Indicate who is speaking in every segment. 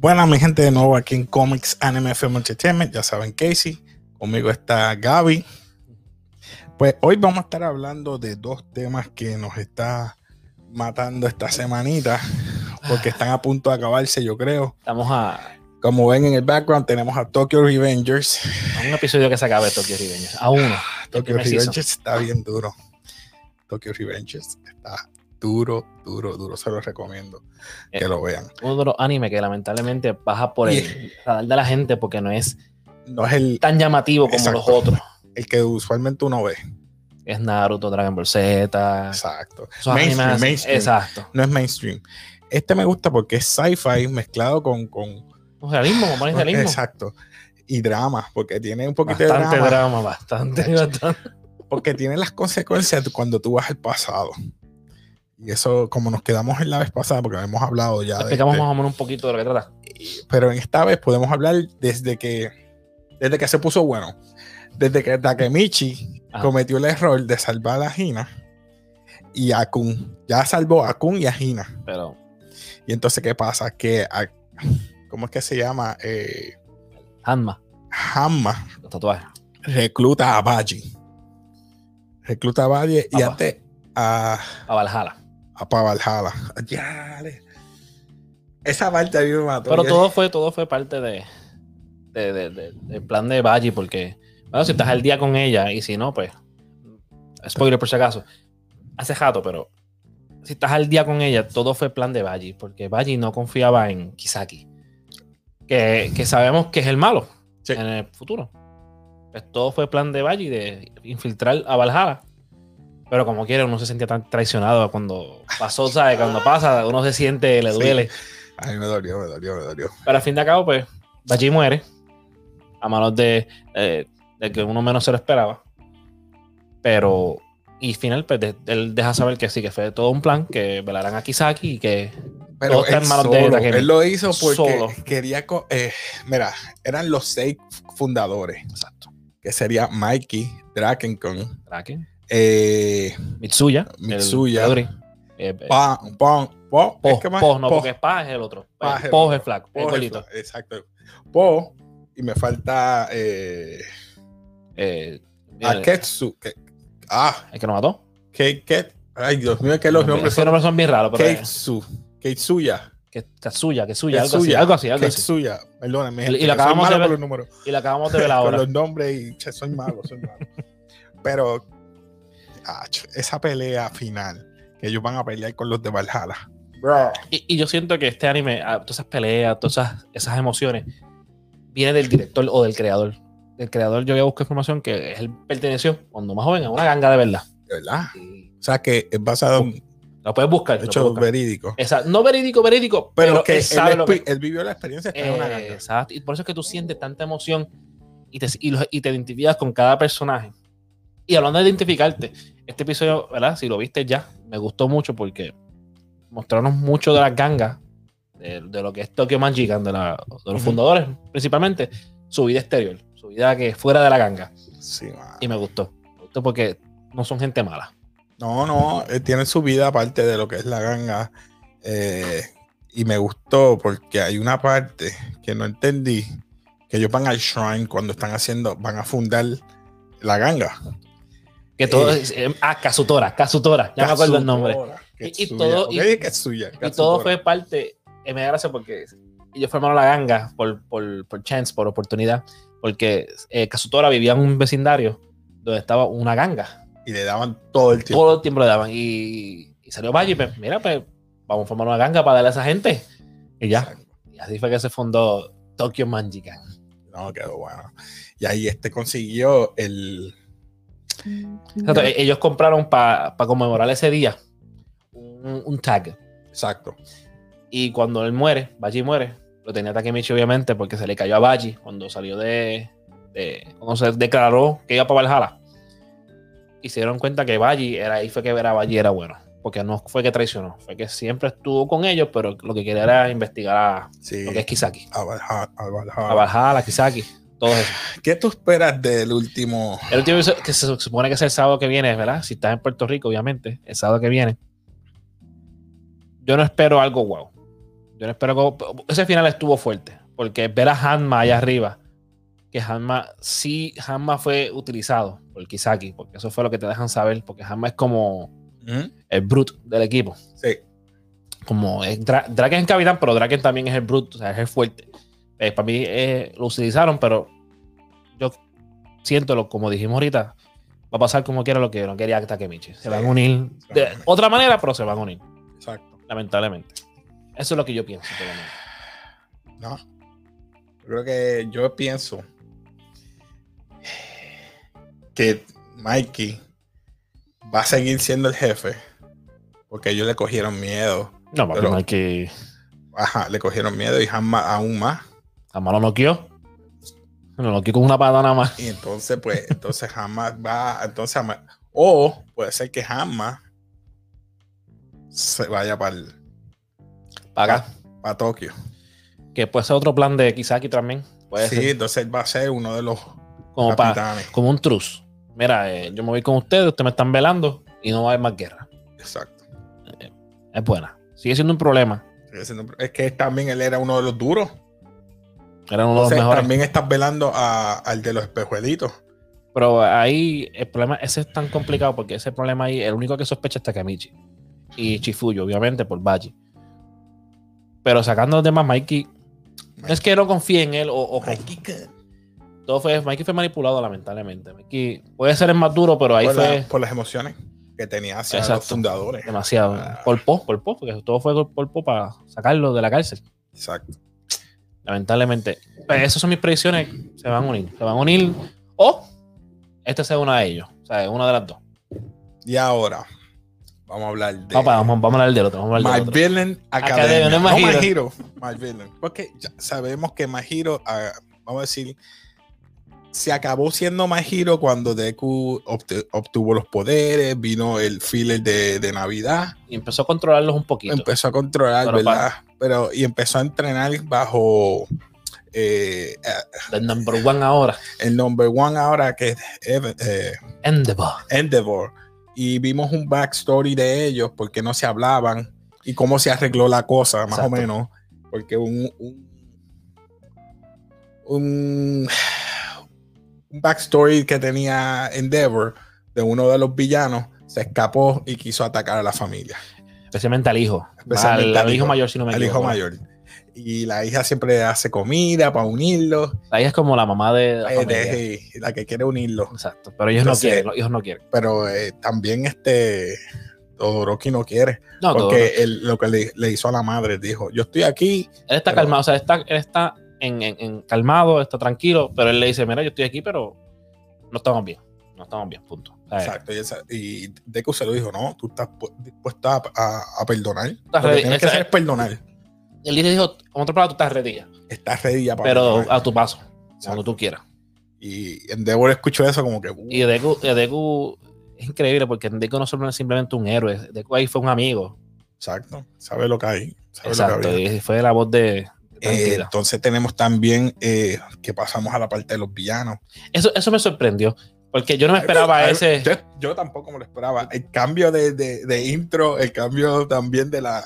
Speaker 1: Buenas, mi gente, de nuevo aquí en Comics Anime Film Entertainment. Ya saben, Casey. Conmigo está Gaby. Pues hoy vamos a estar hablando de dos temas que nos está matando esta semanita, porque están a punto de acabarse, yo creo.
Speaker 2: Estamos a, a
Speaker 1: Como ven en el background, tenemos a Tokyo Revengers.
Speaker 2: un episodio que se acabe Tokio Ribeños. A uno. Este
Speaker 1: Tokyo
Speaker 2: primer
Speaker 1: Revengers
Speaker 2: season.
Speaker 1: está bien duro. Tokyo Revengers está duro, duro, duro. Se los recomiendo que
Speaker 2: Eh,
Speaker 1: lo vean.
Speaker 2: Uno de los animes que lamentablemente baja por el radar de la gente porque no es
Speaker 1: No es el,
Speaker 2: tan llamativo como
Speaker 1: Exacto.
Speaker 2: los otros.
Speaker 1: el que usualmente uno ve.
Speaker 2: Es Naruto, Dragon Ball Z.
Speaker 1: Exacto.
Speaker 2: esos animes
Speaker 1: Mainstream,
Speaker 2: así.
Speaker 1: mainstream.
Speaker 2: Exacto.
Speaker 1: No es mainstream. Este me gusta porque es sci-fi mezclado con, con
Speaker 2: Un realismo, como pones realismo.
Speaker 1: Exacto. Y drama, porque tiene un poquito
Speaker 2: Bastante
Speaker 1: de
Speaker 2: drama,
Speaker 1: drama,
Speaker 2: bastante, bastante.
Speaker 1: Porque tiene las consecuencias de cuando tú vas al pasado. Y eso, como nos quedamos en la vez pasada, porque hemos hablado ya. de
Speaker 2: Explicamos
Speaker 1: este-
Speaker 2: más o menos un poquito de lo que trata.
Speaker 1: pero en esta vez podemos hablar desde que, desde que se puso bueno. Desde que Takemichi
Speaker 2: Ajá.
Speaker 1: cometió el error de salvar a Hina y a Kun. Ya salvó a Kun y a Hina.
Speaker 2: Pero
Speaker 1: Y entonces, ¿qué pasa? Que, a- ¿cómo es que se llama? Eh,
Speaker 2: Hanma,
Speaker 1: Hamma
Speaker 2: los tatuajes.
Speaker 1: recluta a Valle. Recluta a Valle y
Speaker 2: Apa.
Speaker 1: antes a,
Speaker 2: A Valhalla.
Speaker 1: a Pavalhalla. Ya, le- Esa parte a mí me mató.
Speaker 2: Pero
Speaker 1: Yo-
Speaker 2: todo fue, todo fue parte de, de- de- de- del plan de Baji, porque, bueno, si estás al día con ella y si no, pues, spoiler por si acaso, hace jato, pero si estás al día con ella, todo fue plan de Baji, porque Baji no confiaba en Kisaki, que, que sabemos que es el malo
Speaker 1: Sí.
Speaker 2: en el futuro. Pues todo fue plan de Baji de infiltrar a Valhalla. Pero como quiera, uno se sentía tan traicionado cuando pasó, ¿sabes? Cuando pasa, uno se siente, le
Speaker 1: Sí.
Speaker 2: duele.
Speaker 1: A mí me dolió, me dolió, me dolió.
Speaker 2: Pero al fin de cabo, pues, Baji muere. A manos de, eh, de que uno menos se lo esperaba. Pero. Y final, pues, de- él deja saber que sí, que fue todo un plan, que velarán a Kisaki y que.
Speaker 1: Pero
Speaker 2: Todo está
Speaker 1: él,
Speaker 2: en manos de
Speaker 1: solo,
Speaker 2: Takemi.
Speaker 1: él lo hizo porque
Speaker 2: Solo.
Speaker 1: quería. co- eh, mira, eran los seis fundadores,
Speaker 2: Exacto.
Speaker 1: que sería Mikey, Drakencon,
Speaker 2: Kraken,
Speaker 1: eh,
Speaker 2: Mitsuya.
Speaker 1: Mitsuya.
Speaker 2: El, Kaori, eh, eh,
Speaker 1: Pon, Pon, Pon,
Speaker 2: Po,
Speaker 1: es que más-
Speaker 2: Po, no,
Speaker 1: Po.
Speaker 2: porque Pa es el otro.
Speaker 1: Pa es
Speaker 2: Eh,
Speaker 1: el
Speaker 2: Po
Speaker 1: otro.
Speaker 2: es el flaco,
Speaker 1: Po
Speaker 2: el
Speaker 1: es
Speaker 2: gordito.
Speaker 1: el- Exacto. Po, y me falta eh,
Speaker 2: Eh, el-
Speaker 1: Aketsu. Ah, que- ah,
Speaker 2: el que lo mató.
Speaker 1: que, que- ay, Dios mío, que los nombres
Speaker 2: Esos
Speaker 1: son
Speaker 2: nombres son bien raros, pero. eh,
Speaker 1: Keitsu, Keitsuya,
Speaker 2: Que, Katsuya, Ketsuya, algo así,
Speaker 1: Ketsuya,
Speaker 2: algo así, algo así.
Speaker 1: Keitsuya. Perdóname,
Speaker 2: Y-
Speaker 1: gente,
Speaker 2: y lo
Speaker 1: que soy
Speaker 2: acabamos
Speaker 1: malo
Speaker 2: de ver
Speaker 1: con los números,
Speaker 2: Y la acabamos de ver
Speaker 1: con
Speaker 2: ahora.
Speaker 1: los nombres y che, soy malo, soy malo. Pero ach, esa pelea final, que ellos van a pelear con los de Valhalla.
Speaker 2: Y, y yo siento que este anime, ah, todas esas peleas, todas esas, esas emociones, viene del director o del creador. El creador, yo voy a buscar información que él perteneció cuando más joven a una ganga de verdad.
Speaker 1: De verdad.
Speaker 2: Y
Speaker 1: O sea que es basado en
Speaker 2: Lo puedes buscar. lo puedes
Speaker 1: hechos
Speaker 2: buscar.
Speaker 1: verídicos.
Speaker 2: Esa- no verídico, verídico, pero,
Speaker 1: Pero, que,
Speaker 2: él
Speaker 1: él,
Speaker 2: sabe lo
Speaker 1: expi-
Speaker 2: que- Eh,
Speaker 1: él vivió la experiencia está en una ganga.
Speaker 2: Exacto. Y por eso es que tú sientes tanta emoción y te, y los- y te identificas con cada personaje. Y hablando de identificarte, este episodio, ¿verdad? Si lo viste ya, me gustó mucho porque mostraron mucho de las gangas, de, de lo que es Tokyo Magican, de, la- de los
Speaker 1: Ujú.
Speaker 2: fundadores principalmente, su vida exterior, su vida que fuera de la ganga.
Speaker 1: Sí, mano.
Speaker 2: Y me gustó. Me gustó porque no son gente mala.
Speaker 1: No, no, eh, tienen su vida aparte de lo que es la ganga. eh, y me gustó porque hay una parte que no entendí, que ellos van al shrine cuando están haciendo, van a fundar la ganga.
Speaker 2: Que todo
Speaker 1: Eh.
Speaker 2: es- eh, ah, Kazutora, Kazutora, ya me acuerdo el nombre.
Speaker 1: Katsudora,
Speaker 2: Y- y
Speaker 1: Ketsuya,
Speaker 2: todo- y-
Speaker 1: ok, Ketsuya,
Speaker 2: Y todo
Speaker 1: Katsudora.
Speaker 2: fue parte, eh, me da gracia porque ellos formaron la ganga por, por, por chance, por oportunidad, porque eh, Kazutora vivía en un vecindario donde estaba una ganga.
Speaker 1: Y le daban todo el tiempo.
Speaker 2: Todo el tiempo le daban. Y, y salió Valle, pues mira, pues vamos a formar una ganga para darle a esa gente. Y ya. Y así fue que se fundó Tokyo Manjikan.
Speaker 1: No, quedó bueno. Y ahí este consiguió el.
Speaker 2: Exacto, e- ellos compraron para conmemorar ese día un, un tag.
Speaker 1: Exacto.
Speaker 2: Y cuando él muere, Baji muere, lo tenía Takemichi obviamente porque se le cayó a Baji cuando salió de, de- cuando se declaró que iba para Valhalla. Y se dieron cuenta que Baji era ahí fue que ver a Baji era bueno, porque no fue que traicionó, fue que siempre estuvo con ellos, pero lo que quería era investigar a
Speaker 1: Sí.
Speaker 2: lo que es Kisaki,
Speaker 1: A Valhalla- a Valhalla.
Speaker 2: a Valhalla, Kisaki, todo eso.
Speaker 1: ¿Qué tú esperas del último?
Speaker 2: El último episodio, que se supone que es el sábado que viene, ¿verdad? Si estás en Puerto Rico, obviamente, el sábado que viene. Yo no espero algo guau. Yo no espero que. Ese final estuvo fuerte. Porque ver a Hanma allá arriba. Que Hanma. Sí, Hanma fue utilizado por Kisaki. Porque eso fue lo que te dejan saber. Porque Hanma es como.
Speaker 1: Ujú.
Speaker 2: El brute del equipo.
Speaker 1: ¿Mm? Sí.
Speaker 2: Como. Es Dra- Draken es el capitán, pero Draken también es el brute. O sea, es el fuerte. Eh, para mí eh, lo utilizaron, pero. Yo siento, lo, como dijimos ahorita. Va a pasar como quiera lo que no quería Takemichi. Se
Speaker 1: Sí.
Speaker 2: van a unir. De
Speaker 1: Claramente.
Speaker 2: otra manera, pero se van a unir.
Speaker 1: Exacto.
Speaker 2: Lamentablemente. Eso es lo que yo pienso. por lo menos.
Speaker 1: No. Yo Creo que yo pienso que Mikey va a seguir siendo el jefe. Porque ellos le cogieron miedo.
Speaker 2: No, papi,
Speaker 1: Pero-
Speaker 2: no hay que.
Speaker 1: Ajá, le cogieron miedo y jamás aún más.
Speaker 2: A mano no quiero. No noqueó con una patada nada más.
Speaker 1: Y entonces, pues, entonces jamás va. Entonces, Hama- o puede ser que jamás se vaya para
Speaker 2: Para acá.
Speaker 1: Tokio.
Speaker 2: Que puede ser otro plan de Kisaki también. Puede
Speaker 1: sí,
Speaker 2: ser.
Speaker 1: entonces él va a ser uno de los
Speaker 2: Como, para,
Speaker 1: capitanes.
Speaker 2: como un truce. Mira, eh, yo me voy con ustedes, ustedes me están velando y no va a haber más guerra.
Speaker 1: Exacto.
Speaker 2: Es buena. Sigue siendo un problema.
Speaker 1: Ese no- Es que también él era uno de los duros.
Speaker 2: Eran uno de los
Speaker 1: Entonces,
Speaker 2: mejores.
Speaker 1: también estás velando a- al de los espejuelitos.
Speaker 2: Pero ahí el problema, ese es tan complicado porque ese problema ahí, el único que sospecha es Takamichi. Y Chifuyo, obviamente, por Baji. Pero sacando los demás, Mikey. no es que no confíe en él o, o con- todo fue, Mikey fue manipulado, lamentablemente. Mikey puede ser el más duro, pero ahí
Speaker 1: por, la-
Speaker 2: fue
Speaker 1: por las emociones que tenía hacia
Speaker 2: Exacto.
Speaker 1: los fundadores.
Speaker 2: demasiado.
Speaker 1: Ah.
Speaker 2: Por po, por po, porque todo fue por po para sacarlo de la cárcel.
Speaker 1: Exacto.
Speaker 2: Lamentablemente. Pues esas son mis predicciones. Se van a unir. Se van a unir. O esta sea una de ellos. O sea, una de las dos.
Speaker 1: Y ahora vamos a hablar de
Speaker 2: Papá, vamos, vamos a hablar del otro. Vamos a hablar
Speaker 1: My
Speaker 2: del otro.
Speaker 1: Villain Academia.
Speaker 2: Academia, no
Speaker 1: No My
Speaker 2: My
Speaker 1: Hero, My Villain. Porque ya sabemos que My Hero, ah, vamos a decir, se acabó siendo My Hero cuando Deku obte- obtuvo los poderes, vino el filler de, de Navidad,
Speaker 2: Y empezó a controlarlos un poquito.
Speaker 1: empezó a controlar,
Speaker 2: Pero
Speaker 1: ¿verdad? Pero, y empezó a entrenar bajo eh,
Speaker 2: Del number one ahora.
Speaker 1: el number one ahora que es Ev- eh,
Speaker 2: Endeavor.
Speaker 1: Endeavor. Y vimos un backstory de ellos, porque no se hablaban y cómo se arregló la cosa, más o
Speaker 2: Exacto.
Speaker 1: menos. Porque un, un, un- un backstory que tenía Endeavor de uno de los villanos se escapó y quiso atacar a la familia,
Speaker 2: Especialmente al hijo.
Speaker 1: Especialmente
Speaker 2: al,
Speaker 1: al
Speaker 2: al
Speaker 1: hijo.
Speaker 2: hijo mayor, si no me
Speaker 1: al
Speaker 2: equivoco.
Speaker 1: hijo mayor. Y la hija siempre hace comida para unirlos,
Speaker 2: Ahí es como la mamá de la
Speaker 1: eh,
Speaker 2: familia.
Speaker 1: de- y la que quiere unirlos.
Speaker 2: Exacto. Pero ellos
Speaker 1: Entonces-
Speaker 2: no quieren. Los hijos no quieren.
Speaker 1: Pero eh, también este Todoroki no quiere.
Speaker 2: No, todo.
Speaker 1: Porque él, lo que le, le hizo a la madre, dijo, yo estoy aquí,
Speaker 2: Él está
Speaker 1: Pero-
Speaker 2: calmado, o sea, él está, él está en, en- en calmado, está tranquilo, pero él le dice, mira, yo estoy aquí, pero no estamos bien, no estamos bien, punto. O sea,
Speaker 1: exacto, y, esa- y Deku se lo dijo, no, tú estás pu- dispuesta a, a- a perdonar,
Speaker 2: Estás
Speaker 1: lo que
Speaker 2: ready,
Speaker 1: tienes que
Speaker 2: esa-
Speaker 1: hacer es perdonar,
Speaker 2: Él le dijo, como otra palabra, tú estás redilla,
Speaker 1: estás ready ya para
Speaker 2: pero
Speaker 1: perdonar".
Speaker 2: a tu paso,
Speaker 1: Exacto.
Speaker 2: cuando tú quieras.
Speaker 1: y Endeavor escuchó eso como que, "Uh,
Speaker 2: Y Deku, eh, Deku es increíble porque Deku no solo es simplemente un héroe, Deku ahí fue un amigo.
Speaker 1: exacto, sabe lo que hay, sabe lo que
Speaker 2: Exacto,
Speaker 1: había".
Speaker 2: y fue la voz de...
Speaker 1: Eh,
Speaker 2: tranquila.
Speaker 1: entonces tenemos también eh, que pasamos a la parte de los villanos.
Speaker 2: eso, eso me sorprendió, porque yo no me esperaba
Speaker 1: Ay,
Speaker 2: ese...
Speaker 1: Yo, yo tampoco me lo esperaba. El cambio de, de- de intro, el cambio también de la.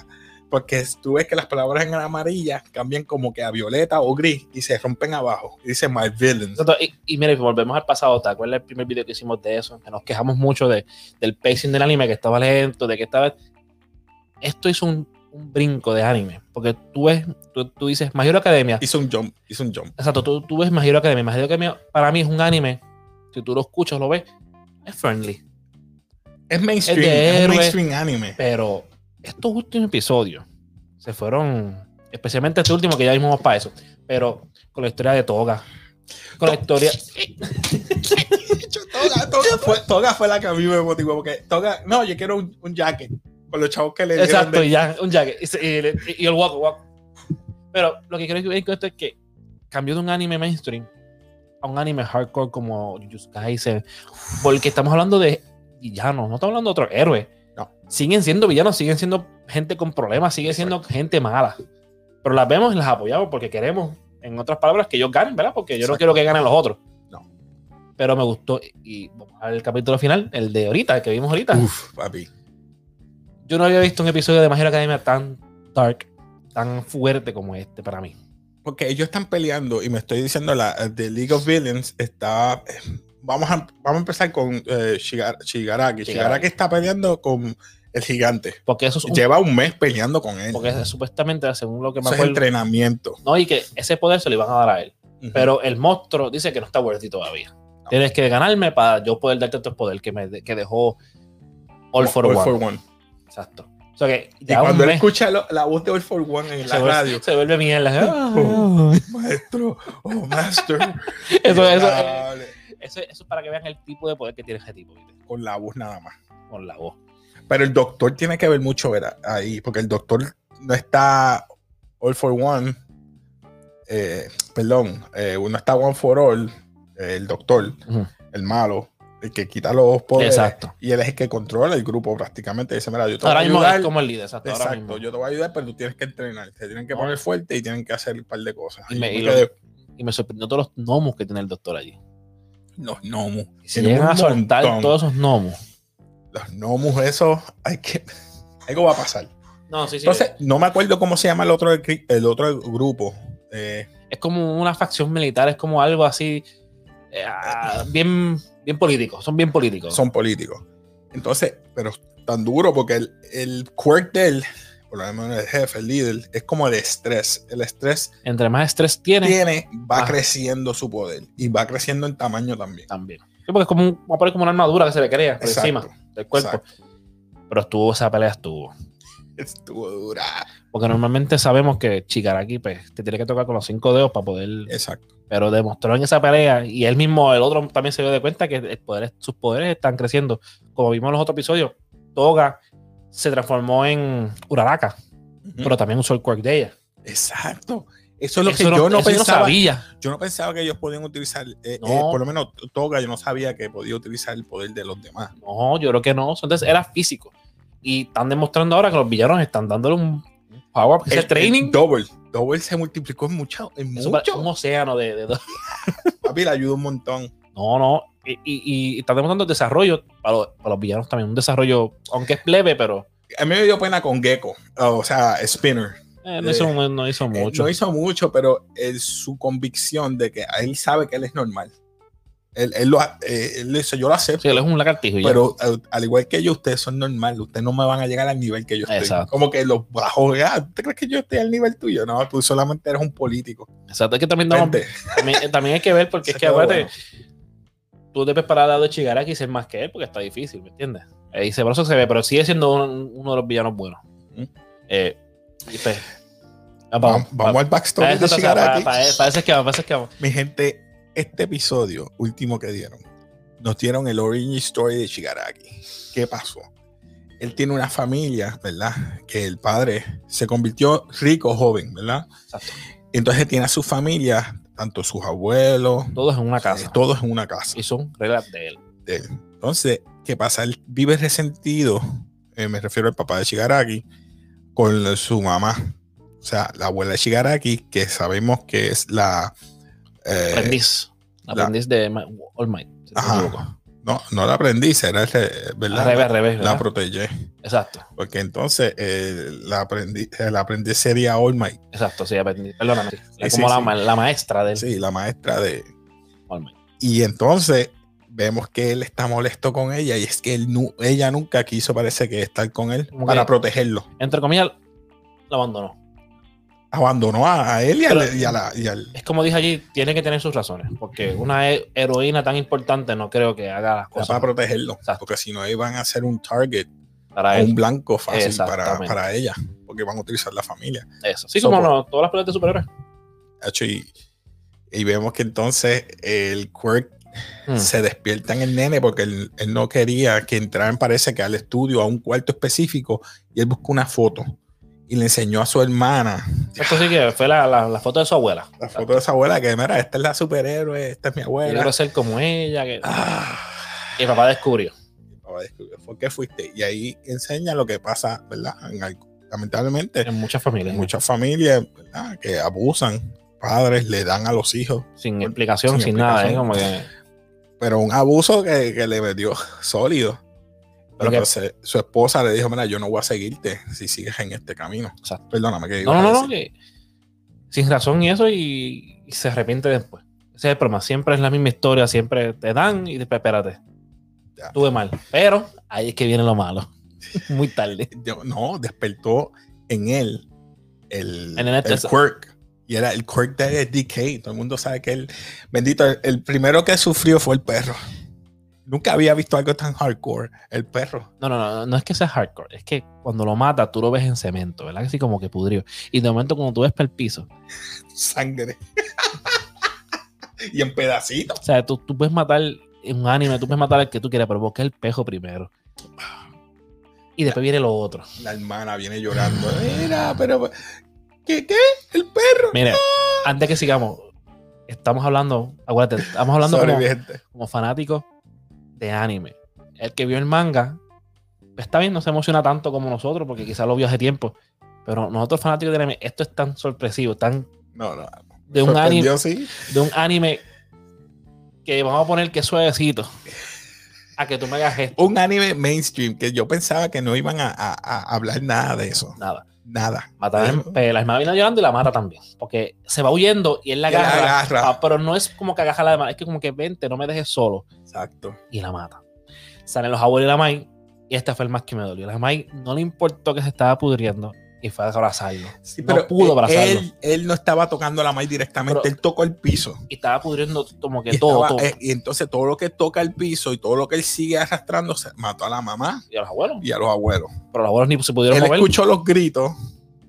Speaker 1: Porque tú ves que las palabras en amarilla cambian como que a violeta o gris y se rompen abajo. Y dice My Villain.
Speaker 2: Exacto, Y, y mira, y volvemos al pasado, ¿te acuerdas el primer video que hicimos de eso? Que nos quejamos mucho de, del pacing del anime, que estaba lento, de que estaba... Esto hizo un, un brinco de anime, porque tú ves, tú, tú dices, Majiro Academia,
Speaker 1: Hizo un jump. Hizo un jump.
Speaker 2: exacto, tú, tú ves Majiro Academia, Majiro Academia para mí es un anime, si tú lo escuchas, lo ves, es friendly,
Speaker 1: Es mainstream.
Speaker 2: Es
Speaker 1: Es,
Speaker 2: de
Speaker 1: un
Speaker 2: héroe.
Speaker 1: mainstream anime.
Speaker 2: pero estos últimos episodios se fueron, especialmente este último que ya vimos para eso, pero con la historia de Toga, con la historia...
Speaker 1: Toga, Toga fue, Toga fue la que a mí me motivó. Porque Toga. No, yo quiero un, un jacket. Con los chavos que le dieron.
Speaker 2: Exacto,
Speaker 1: de-
Speaker 2: y ya, un jacket. Y, se- y le- y el guaco, guaco. Pero lo que quiero decir con esto es que cambió de un anime mainstream a un anime hardcore como Jujutsu Kaisen. Porque estamos hablando de villanos, no estamos hablando de otros héroes.
Speaker 1: No.
Speaker 2: Siguen siendo villanos, siguen siendo gente con problemas, siguen siendo gente mala. Pero las vemos y las apoyamos porque queremos, en otras palabras, que ellos ganen, ¿verdad? Porque yo no
Speaker 1: Exacto.
Speaker 2: quiero que ganen los otros.
Speaker 1: No.
Speaker 2: Pero me gustó. Y vamos al capítulo final, el de ahorita, el que vimos ahorita.
Speaker 1: Uf, papi.
Speaker 2: Yo no había visto un episodio de Magic Academia tan dark tan fuerte como este para mí.
Speaker 1: Porque ellos están peleando y me estoy diciendo la de League of Villains está. eh, Vamos a, vamos a empezar con eh, Shigar- Shigaraki.
Speaker 2: Shigaraki.
Speaker 1: Shigaraki está peleando con el gigante.
Speaker 2: Porque eso es un-
Speaker 1: Lleva un mes peleando con él.
Speaker 2: porque es- supuestamente, según lo que me
Speaker 1: Eso es
Speaker 2: acuerdo,
Speaker 1: entrenamiento.
Speaker 2: no, y que ese poder se lo iban a dar a él. Pero el monstruo dice que no está worthy todavía. Tienes que ganarme para yo poder darte estos poder que me de- que dejó All for
Speaker 1: All
Speaker 2: One.
Speaker 1: for One.
Speaker 2: Exacto. O sea que
Speaker 1: Y
Speaker 2: ya un
Speaker 1: cuando él
Speaker 2: mes
Speaker 1: escucha lo- la voz de All for One en
Speaker 2: se
Speaker 1: la
Speaker 2: vuelve-
Speaker 1: radio,
Speaker 2: se vuelve mierda.
Speaker 1: Oh. maestro, oh master.
Speaker 2: Eso, eso, eh,
Speaker 1: Dale.
Speaker 2: eso, eso es para que vean el tipo de poder que tiene ese tipo, ¿viste?
Speaker 1: Con la voz nada más.
Speaker 2: Con la voz.
Speaker 1: Pero el doctor tiene que ver mucho ¿verdad? ahí, porque el doctor no está all for one. eh, perdón, eh, no está one for all. eh, el doctor,
Speaker 2: Ujú.
Speaker 1: el malo, el que quita los poderes.
Speaker 2: Exactamente.
Speaker 1: Y él es el que controla el grupo prácticamente. Dice, mira, yo te voy a
Speaker 2: Ahora mismo
Speaker 1: ayudar.
Speaker 2: es como el líder, exacto. ahora
Speaker 1: Exacto,
Speaker 2: mismo.
Speaker 1: yo te voy a ayudar, pero tú tienes que entrenar. Te tienen que poner fuerte y tienen que hacer un par de cosas.
Speaker 2: Y me-
Speaker 1: yo
Speaker 2: y
Speaker 1: quedé-
Speaker 2: Y me sorprendió todos los gnomos que tiene el doctor allí.
Speaker 1: Los gnomos.
Speaker 2: Y se
Speaker 1: Tienen
Speaker 2: llegan
Speaker 1: un
Speaker 2: a soltar
Speaker 1: montón.
Speaker 2: todos esos gnomos.
Speaker 1: Los gnomos, esos, hay que... Algo va a pasar.
Speaker 2: No, sí, sí.
Speaker 1: Entonces, no me acuerdo cómo se llama el otro, cri- el otro grupo. Eh,
Speaker 2: es como una facción militar, es como algo así. eh, ah, bien, bien político, son bien políticos.
Speaker 1: son políticos. Entonces, pero tan duro porque el, el quirk de él, por lo menos el jefe, el líder, es como el estrés. El estrés
Speaker 2: Entre más estrés tiene,
Speaker 1: tiene, va
Speaker 2: Ah.
Speaker 1: creciendo su poder y va creciendo en tamaño también.
Speaker 2: también. Sí, porque es como, un- vamos a poner como una armadura que se le crea por
Speaker 1: Exacto,
Speaker 2: encima del cuerpo. Pero estuvo, esa pelea estuvo.
Speaker 1: Estuvo dura.
Speaker 2: Porque normalmente sabemos que Chikaraki pues, te tiene que tocar con los cinco dedos para poder.
Speaker 1: Exacto.
Speaker 2: Pero demostró en esa pelea, y él mismo, el otro también se dio de cuenta que el poder, sus poderes están creciendo. Como vimos en los otros episodios, Toga se transformó en Uraraka, pero también usó el quirk de ella.
Speaker 1: Exacto. Eso es Mm. lo
Speaker 2: Eso
Speaker 1: que yo no
Speaker 2: eso
Speaker 1: pensaba.
Speaker 2: sabía.
Speaker 1: Yo no pensaba que ellos podían utilizar, eh, eh,
Speaker 2: No.
Speaker 1: por lo menos Toga, yo no sabía que podía utilizar el poder de los demás.
Speaker 2: No, yo creo que no. Entonces era físico. Y están demostrando ahora que los villanos están dándole un power up. Ese
Speaker 1: El-
Speaker 2: training
Speaker 1: el Double. Double se multiplicó en mucho. En
Speaker 2: eso pare-
Speaker 1: mucho.
Speaker 2: un océano de, de- de-
Speaker 1: Papi le ayuda un montón.
Speaker 2: No, no. Y, y, y están demostrando desarrollo para los, para los villanos también. Un desarrollo, aunque es plebe, pero
Speaker 1: A mí me dio pena con Gecko, o sea, Spinner.
Speaker 2: eh, no, hizo,
Speaker 1: Eh,
Speaker 2: mu- no hizo
Speaker 1: Eh,
Speaker 2: mucho.
Speaker 1: No hizo mucho, pero él- su convicción de que él sabe que él es normal. Él, él lo, a- eh, él dice, yo lo acepto,
Speaker 2: Sí, él es un lagartijo. y ya.
Speaker 1: pero eh, al igual que yo, ustedes son normales. Ustedes no me van a llegar al nivel que yo estoy.
Speaker 2: Exacto.
Speaker 1: Como que los bajos, ah, ¿tú crees que yo estoy al nivel tuyo? No, tú solamente eres un político.
Speaker 2: Exacto, es que también, no-
Speaker 1: Vente.
Speaker 2: también, eh, también hay que ver, porque
Speaker 1: Se
Speaker 2: es que
Speaker 1: quedó
Speaker 2: acuérdate,
Speaker 1: bueno.
Speaker 2: tú debes parar al lado de Chigaraki y ser más que él, porque está difícil, ¿me entiendes? Eh, Y ese brazo se ve, pero sigue siendo un- uno de los villanos buenos.
Speaker 1: Mm.
Speaker 2: Eh, y pues,
Speaker 1: Vamos, vamos al backstory
Speaker 2: Parece
Speaker 1: de Shigaraki.
Speaker 2: que vamos, parece que vamos.
Speaker 1: Mi gente, este episodio último que dieron, nos dieron el origin story de Shigaraki. ¿Qué pasó? Él tiene una familia, ¿verdad? Que el padre se convirtió rico joven, ¿verdad?
Speaker 2: Exacto.
Speaker 1: Entonces tiene a su familia, tanto sus abuelos,
Speaker 2: Todos en una
Speaker 1: eh,
Speaker 2: casa.
Speaker 1: todos en una casa.
Speaker 2: Y son reglas de él.
Speaker 1: de él. Entonces, ¿qué pasa? Él vive resentido, eh, me refiero al papá de Shigaraki, con la- su mamá. O sea, la abuela de Shigaraki, que sabemos que es la... eh,
Speaker 2: Aprendiz.
Speaker 1: la-
Speaker 2: Aprendiz de Ma- All Might. si no me equivoco.
Speaker 1: Ajá. No, no la aprendiz, era el, re- ¿verdad?
Speaker 2: Al revés, al revés.
Speaker 1: La
Speaker 2: ¿verdad?
Speaker 1: protege.
Speaker 2: Exacto,
Speaker 1: Porque entonces eh, la, aprendi- la aprendiz sería All Might.
Speaker 2: exacto, sí, aprendiz. Perdóname.
Speaker 1: Sí,
Speaker 2: es como
Speaker 1: sí,
Speaker 2: la,
Speaker 1: sí.
Speaker 2: ma- la maestra del
Speaker 1: Sí, la maestra de.
Speaker 2: All Might.
Speaker 1: Y entonces vemos que él está molesto con ella y es que él nu- ella nunca quiso, parece que estar con él
Speaker 2: Como
Speaker 1: para
Speaker 2: que-
Speaker 1: protegerlo.
Speaker 2: Entre comillas, la abandonó.
Speaker 1: Abandonó a, a él y, al-
Speaker 2: Pero-
Speaker 1: y a la- y al-
Speaker 2: Es como dije allí, tiene que tener sus razones. Porque una he- heroína tan importante no creo que haga las cosas
Speaker 1: para protegerlo.
Speaker 2: Exacto.
Speaker 1: Porque si no, iban a ser un target,
Speaker 2: para
Speaker 1: un
Speaker 2: él.
Speaker 1: blanco fácil para,
Speaker 2: Exactamente.
Speaker 1: para ella. Porque van a utilizar la familia.
Speaker 2: Eso. Sí,
Speaker 1: So,
Speaker 2: como
Speaker 1: por-
Speaker 2: no, todas las peleas de superhéroes.
Speaker 1: Hacho, Y, y vemos que entonces el quirk
Speaker 2: Mm.
Speaker 1: se despierta en el nene porque él, él no quería que entraran, parece que al estudio, a un cuarto específico, y él buscó una foto y le enseñó a su hermana
Speaker 2: Hmm. Esto sí que fue la, la- la foto de su abuela.
Speaker 1: la foto de su abuela, que mira, esta es la superhéroe, esta es mi
Speaker 2: Yo quiero
Speaker 1: abuela.
Speaker 2: ser como ella. Que...
Speaker 1: Ah,
Speaker 2: Y el papá descubrió.
Speaker 1: mi papá descubrió, ¿Por qué fuiste? Y ahí enseña lo que pasa, ¿verdad? En al- lamentablemente,
Speaker 2: En muchas familias.
Speaker 1: en muchas familias ¿verdad? que abusan, padres le dan a los hijos
Speaker 2: Sin explicación, sin,
Speaker 1: Sin
Speaker 2: nada. ¿eh?
Speaker 1: explicación.
Speaker 2: Como que,
Speaker 1: pero un abuso que, que le metió sólido. Pero
Speaker 2: Porque-
Speaker 1: entonces su esposa le dijo, mira, yo no voy a seguirte si sigues en este camino.
Speaker 2: Exacto.
Speaker 1: Perdóname que digo.
Speaker 2: No, no, no, no, que sin razón y eso y, y se arrepiente después. Ese es el problema. Siempre es la misma historia, siempre te dan y después espérate.
Speaker 1: Ya.
Speaker 2: Tuve mal. Pero ahí es que viene lo malo. Muy tarde.
Speaker 1: no, despertó en él el,
Speaker 2: En el
Speaker 1: el
Speaker 2: exceso.
Speaker 1: quirk. Y era el quirk de DK. Todo el mundo sabe que él, bendito, el, el primero que sufrió fue el perro. Nunca había visto algo tan hardcore. El perro.
Speaker 2: No, no, no, no es que sea hardcore. Es que cuando lo mata, tú lo ves en cemento, ¿verdad? Así como que pudrido. Y de momento, cuando tú ves para el piso,
Speaker 1: Sangre. y en pedacitos.
Speaker 2: o sea, tú, tú puedes matar en un anime, tú puedes matar al que tú quieras, pero busca el pejo primero. Y después viene lo otro.
Speaker 1: La hermana viene llorando. Mira, pero. ¿Qué? ¿Qué? El perro.
Speaker 2: Mira, antes que sigamos, estamos hablando, acuérdate, estamos hablando
Speaker 1: Sorry,
Speaker 2: como,
Speaker 1: mi gente.
Speaker 2: como fanáticos de anime. El que vio el manga, pues, está bien, no se emociona tanto como nosotros, porque quizás lo vio hace tiempo. Pero nosotros fanáticos de anime, esto es tan sorpresivo, tan
Speaker 1: No, no.
Speaker 2: de un anime.
Speaker 1: Sorprendió, sí.
Speaker 2: de un anime que vamos a poner que es suavecito a que tú me hagas esto.
Speaker 1: Un anime mainstream que yo pensaba que no iban a, a- a hablar nada de eso.
Speaker 2: Nada.
Speaker 1: Nada.
Speaker 2: Matar en pela. El viene llorando y la mata también. Porque se va huyendo y él la
Speaker 1: Y él la
Speaker 2: agarra.
Speaker 1: agarra.
Speaker 2: Ah, pero no es como que agarra la demás. Es que como que vente, no me dejes solo.
Speaker 1: Exacto.
Speaker 2: Y la mata. Salen los abuelos y la Mai. Y esta fue el más que me dolió. La Mai no le importó que se estaba pudriendo y fue a abrazarlo.
Speaker 1: Sí,
Speaker 2: No
Speaker 1: pero
Speaker 2: eh, pudo
Speaker 1: él-
Speaker 2: abrazarlo.
Speaker 1: Él, él no estaba tocando la Mai directamente,
Speaker 2: Pero-
Speaker 1: él tocó el piso.
Speaker 2: Y estaba pudriendo como que
Speaker 1: Y,
Speaker 2: todo,
Speaker 1: estaba-
Speaker 2: todo.
Speaker 1: eh, y entonces todo lo que toca el piso y todo lo que él sigue arrastrando se- mató a la mamá
Speaker 2: Y a los abuelos.
Speaker 1: y a los abuelos.
Speaker 2: Pero los abuelos ni se pudieron
Speaker 1: Él
Speaker 2: mover.
Speaker 1: escuchó los gritos,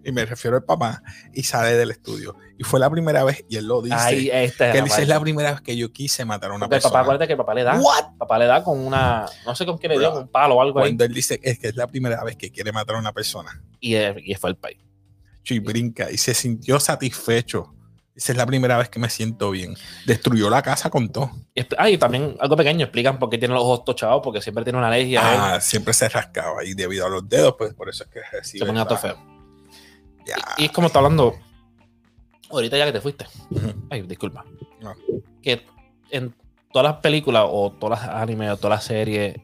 Speaker 1: y me refiero al papá, y sale del estudio. Y fue la primera vez, y él lo dice,
Speaker 2: Ahí,
Speaker 1: que
Speaker 2: esta es
Speaker 1: él dice,
Speaker 2: la
Speaker 1: es
Speaker 2: parte.
Speaker 1: la primera vez que yo quise matar a una
Speaker 2: Porque el papá,
Speaker 1: persona.
Speaker 2: acuérdate que el papá le da.
Speaker 1: What?
Speaker 2: papá le da con una, no sé con qué le dio,
Speaker 1: Bro.
Speaker 2: con un palo o algo ahí.
Speaker 1: Cuando él dice es que es la primera vez que quiere matar a una persona,
Speaker 2: Y, eh, y fue el país.
Speaker 1: y brinca y se sintió satisfecho. Dice, es la primera vez que me siento bien. Destruyó la casa con todo.
Speaker 2: Y expl- Ah, y también algo pequeño, explican por qué tiene los ojos tochados, porque siempre tiene una alergia. ¿eh? a él.
Speaker 1: Ah, siempre se rascaba y debido a los dedos, pues por eso es que recibe
Speaker 2: se ponía
Speaker 1: esta-
Speaker 2: todo feo.
Speaker 1: Ya.
Speaker 2: Y es como está hablando, ahorita ya que te fuiste,
Speaker 1: Ujú.
Speaker 2: ay, disculpa,
Speaker 1: No.
Speaker 2: que en todas las películas o todas las animes o todas las series,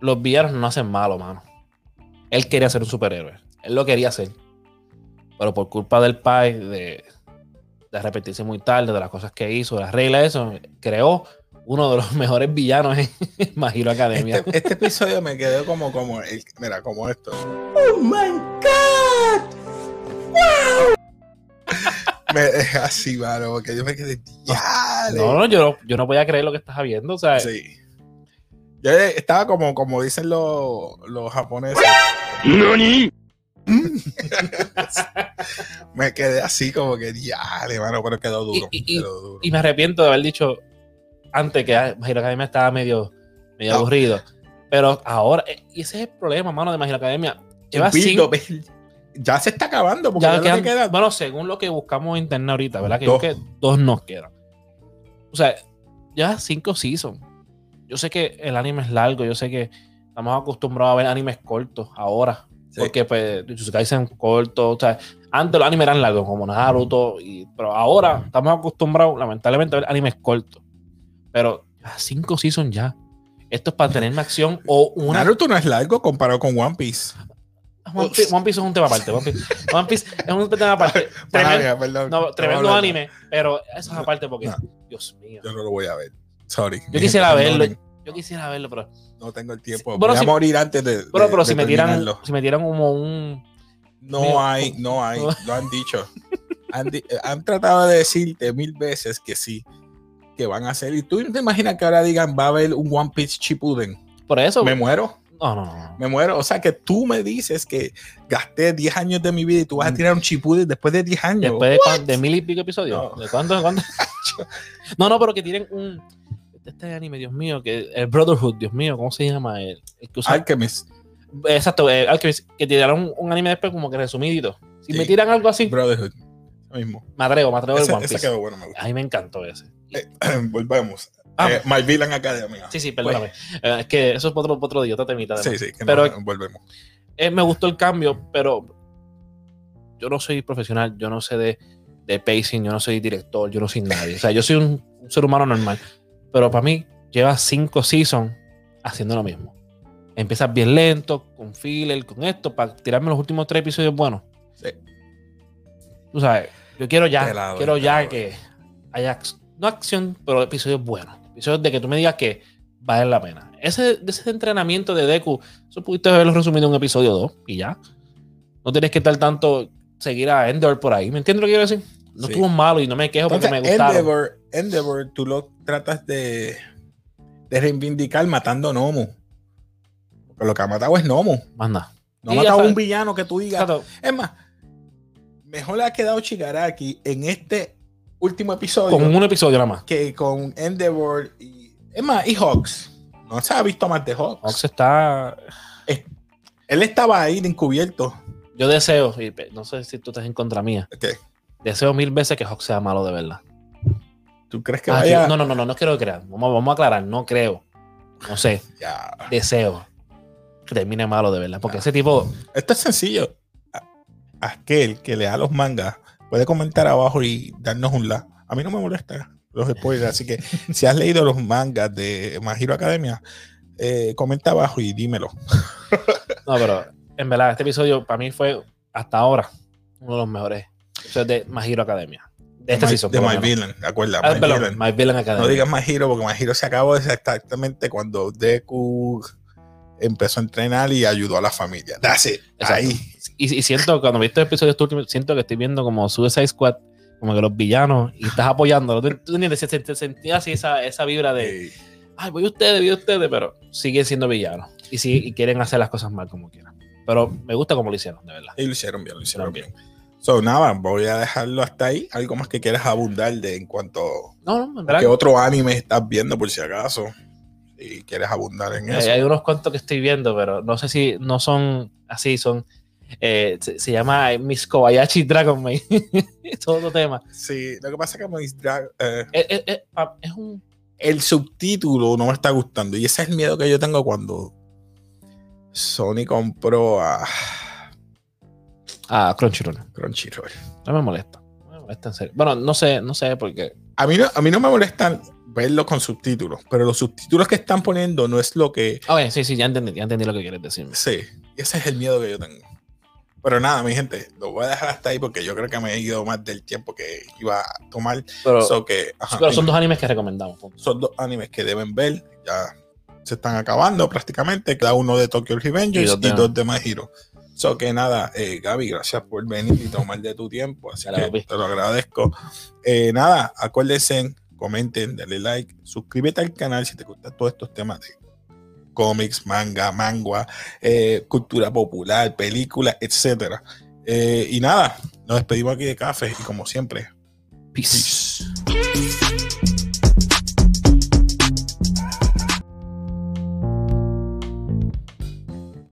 Speaker 2: los villanos no hacen malo, mano. Él quería ser un superhéroe, él lo quería hacer. Pero por culpa del país, de, de arrepentirse muy tarde, de las cosas que hizo, de las reglas, eso, creó uno de los mejores villanos en My Hero Academia.
Speaker 1: Este, este episodio me quedó como, como, el- mira, como esto.
Speaker 3: Oh my god!
Speaker 1: Me dejé así, mano, porque yo me quedé, "Diale".
Speaker 2: No, eh. no, yo no, yo no podía creer lo que estás viendo. O sea,
Speaker 1: Sí. Yo eh, estaba como, como dicen los, los japoneses.
Speaker 3: NANI?
Speaker 1: Me quedé así como que, diale, mano, pero quedó duro.
Speaker 2: Y- y-
Speaker 1: quedó duro.
Speaker 2: y me arrepiento de haber dicho antes que ah, My Hero Academia estaba medio, medio
Speaker 1: No.
Speaker 2: aburrido. Pero ahora, eh, y ese es el problema, mano, de My Hero Academia. Lleva
Speaker 1: Build
Speaker 2: cinco.
Speaker 1: up, el- Ya se está acabando porque
Speaker 2: ya
Speaker 1: ya, no
Speaker 2: quedan-
Speaker 1: te queda.
Speaker 2: Bueno, según lo que buscamos en internet ahorita, ¿verdad? Que
Speaker 1: Dos.
Speaker 2: dos. que dos nos quedan. O sea, ya cinco seasons. Yo sé que el anime es largo, yo sé que estamos acostumbrados a ver animes cortos ahora.
Speaker 1: Sí.
Speaker 2: Porque pues Jujutsu Kaisen corto, o sea, antes los animes eran largos como Naruto, y, pero ahora estamos acostumbrados lamentablemente a ver animes cortos. Pero ya cinco seasons ya. Esto es para tenerme acción o una
Speaker 1: Naruto no es largo comparado con One Piece.
Speaker 2: One Piece, One Piece es un tema aparte. One Piece, One Piece es un tema aparte.
Speaker 1: Ah,
Speaker 2: Tremendo,
Speaker 1: mira, perdón,
Speaker 2: no,
Speaker 1: estamos
Speaker 2: tremendo
Speaker 1: hablando.
Speaker 2: anime, pero eso es aparte porque.
Speaker 1: No.
Speaker 2: Dios mío.
Speaker 1: Yo no lo voy a ver. Sorry.
Speaker 2: Yo quisiera
Speaker 1: Perdonen,
Speaker 2: verlo. Yo quisiera verlo, pero.
Speaker 1: No tengo el tiempo.
Speaker 2: Bueno,
Speaker 1: voy
Speaker 2: si-
Speaker 1: a morir antes de. de-
Speaker 2: Pero, pero
Speaker 1: de
Speaker 2: si me tiran,
Speaker 1: terminarlo.
Speaker 2: si me tiran como un.
Speaker 1: No
Speaker 2: Mío.
Speaker 1: hay, no hay. Lo han dicho. Han, di- eh, han tratado de decirte mil veces que sí. Que van a hacer. Y tú no te imaginas que ahora digan va a haber un One Piece Chipuden.
Speaker 2: Por eso.
Speaker 1: Me muero.
Speaker 2: No, no, no.
Speaker 1: Me muero. O sea que tú me dices que gasté 10 años de mi vida y tú vas a tirar un Chipuden después de 10 años.
Speaker 2: Mm. Después de, cuan- de mil y pico episodios.
Speaker 1: No.
Speaker 2: ¿De cuánto? de cuánto? no, no, pero que tienen un. Este anime, Dios mío, que el Brotherhood, Dios mío, ¿cómo se llama? El, el que usa-
Speaker 1: Alchemist.
Speaker 2: exacto, el Alchemist, que tiraron un, un anime después como que resumidito. Si
Speaker 1: Sí.
Speaker 2: me tiran algo así,
Speaker 1: Brotherhood. Lo mismo.
Speaker 2: me atrevo, me atrevo el
Speaker 1: Ese,
Speaker 2: One
Speaker 1: ese Eh,
Speaker 2: Piece.
Speaker 1: quedó bueno, me gusta.
Speaker 2: A mí me encantó ese.
Speaker 1: Volvemos.
Speaker 2: Ah,
Speaker 1: Eh, My Villain Academia.
Speaker 2: sí, sí, perdóname. Eh, es que eso es otro, otro día, otra temita. además.
Speaker 1: pues. sí, sí, que
Speaker 2: Pero-
Speaker 1: no, volvemos.
Speaker 2: Eh, me gustó el cambio, pero yo no soy profesional, yo no sé de, de pacing, yo no soy director, yo no soy nadie. O sea, yo soy un, un ser humano normal. Pero para mí, lleva cinco seasons haciendo lo mismo. Empiezas bien lento, con filler, con esto, para tirarme los últimos tres episodios buenos.
Speaker 1: Sí.
Speaker 2: Tú sabes, yo quiero ya,
Speaker 1: Te la doy,
Speaker 2: quiero
Speaker 1: te la
Speaker 2: ya
Speaker 1: doy.
Speaker 2: que haya, ac- no acción, pero episodios buenos. Episodios de que tú me digas que vale la pena. Ese, de ese entrenamiento de Deku, eso pudiste haberlo resumido en un episodio 2 y ya. No tienes que estar tanto, seguir a Endor por ahí. ¿Me entiendes lo que quiero decir? No
Speaker 1: Sí.
Speaker 2: estuvo malo y no me quejo porque
Speaker 1: Entonces,
Speaker 2: me gustaron.
Speaker 1: Endeavor, Endeavor, tú lo tratas de, de reivindicar matando Nomu. Porque lo que ha matado es Nomu.
Speaker 2: Más nada.
Speaker 1: No
Speaker 2: Y
Speaker 1: ha
Speaker 2: ya
Speaker 1: matado
Speaker 2: sabes.
Speaker 1: un villano que tú digas.
Speaker 2: Exacto.
Speaker 1: Es más, mejor le ha quedado Shigaraki en este último episodio
Speaker 2: Con un episodio nada más.
Speaker 1: que con Endeavor y. Es más, y Hawks. No se ha visto más de Hawks.
Speaker 2: Ox está.
Speaker 1: Él estaba ahí de encubierto.
Speaker 2: Yo deseo, y pe- no sé si tú estás en contra mía,
Speaker 1: Este,
Speaker 2: deseo mil veces que Hawks sea malo de verdad.
Speaker 1: ¿Tú crees que
Speaker 2: Ah,
Speaker 1: vaya?
Speaker 2: yo- no, no, no, no, no quiero creer. Vamos, vamos a aclarar, no creo. No sé,
Speaker 1: Ya.
Speaker 2: deseo que termine malo de verdad. Porque
Speaker 1: Ah.
Speaker 2: ese tipo,
Speaker 1: Esto es sencillo. A- Aquel que lea los mangas puede comentar abajo y darnos un la. A mí no me molesta los spoilers, así que si has leído los mangas de Magiro Academia, eh, comenta abajo y dímelo.
Speaker 2: no, pero en verdad, este episodio para mí fue hasta ahora uno de los mejores. Eso es de My Hero Academia. De este
Speaker 1: My-
Speaker 2: season.
Speaker 1: de
Speaker 2: por lo
Speaker 1: My
Speaker 2: menos.
Speaker 1: Villain, acuerda.
Speaker 2: Ah,
Speaker 1: My
Speaker 2: perdón,
Speaker 1: Villain.
Speaker 2: My Villain Academia.
Speaker 1: No digas My Hero porque My Hero se acabó exactamente cuando Deku empezó a entrenar y ayudó a la familia. That's it.
Speaker 2: Exacto.
Speaker 1: Ahí.
Speaker 2: y, y siento, cuando viste episodios tú últimos, siento que estoy viendo como Suicide Squad, como que los villanos, y estás apoyándolos. Tú- Tú entiendes, se, se- se sentía así esa, esa vibra de,
Speaker 1: Eh,
Speaker 2: ay, voy a ustedes, voy a ustedes, pero siguen siendo villanos. Y, sí, y quieren hacer las cosas mal como quieran. Pero me gusta como lo hicieron, de verdad.
Speaker 1: Y lo hicieron bien, lo hicieron
Speaker 2: También.
Speaker 1: bien. So, nada, voy a dejarlo hasta ahí. ¿Algo más que quieras abundar de en cuanto
Speaker 2: No, no, en
Speaker 1: ¿Qué
Speaker 2: verdad.
Speaker 1: otro anime estás viendo por si acaso? Si quieres abundar en
Speaker 2: Hay,
Speaker 1: eso.
Speaker 2: hay unos cuantos que estoy viendo, pero no sé si no son así, son. eh, se, se llama Miss Kobayashi Dragon Maid. es otro tema.
Speaker 1: Sí, lo que pasa es que Moist Drag- eh,
Speaker 2: Es- es- es- pa- es un
Speaker 1: el subtítulo no me está gustando y ese es el miedo que yo tengo cuando Sony compró a
Speaker 2: ah, Crunchyroll.
Speaker 1: Crunchyroll.
Speaker 2: No me molesta. No me molesta en serio. Bueno, no sé, no sé por qué.
Speaker 1: A mí no, a mí no me molestan verlo con subtítulos, pero los subtítulos que están poniendo no es lo que...
Speaker 2: Ah, bueno, sí, sí, ya entendí, ya entendí lo que quieres decirme.
Speaker 1: Sí, y ese es el miedo que yo tengo. Pero nada, mi gente, lo voy a dejar hasta ahí porque yo creo que me he ido más del tiempo que iba a tomar.
Speaker 2: Pero,
Speaker 1: So que, ajá,
Speaker 2: pero son dos animes que recomendamos. punto.
Speaker 1: son dos animes que deben ver. Ya se están acabando prácticamente. Cada uno de Tokyo Revengers y dos de, My Hero. So que nada, eh, Gaby, gracias por venir y tomar de tu tiempo. Así
Speaker 2: Dale,
Speaker 1: que
Speaker 2: papi.
Speaker 1: te lo agradezco. Eh, nada, acuérdense, comenten, denle like, suscríbete al canal si te gustan todos estos temas de cómics, manga, mangua, eh, cultura popular, películas, etcétera. Eh, y nada, nos despedimos aquí de café y como siempre.
Speaker 2: Peace.
Speaker 1: peace.
Speaker 3: Peace.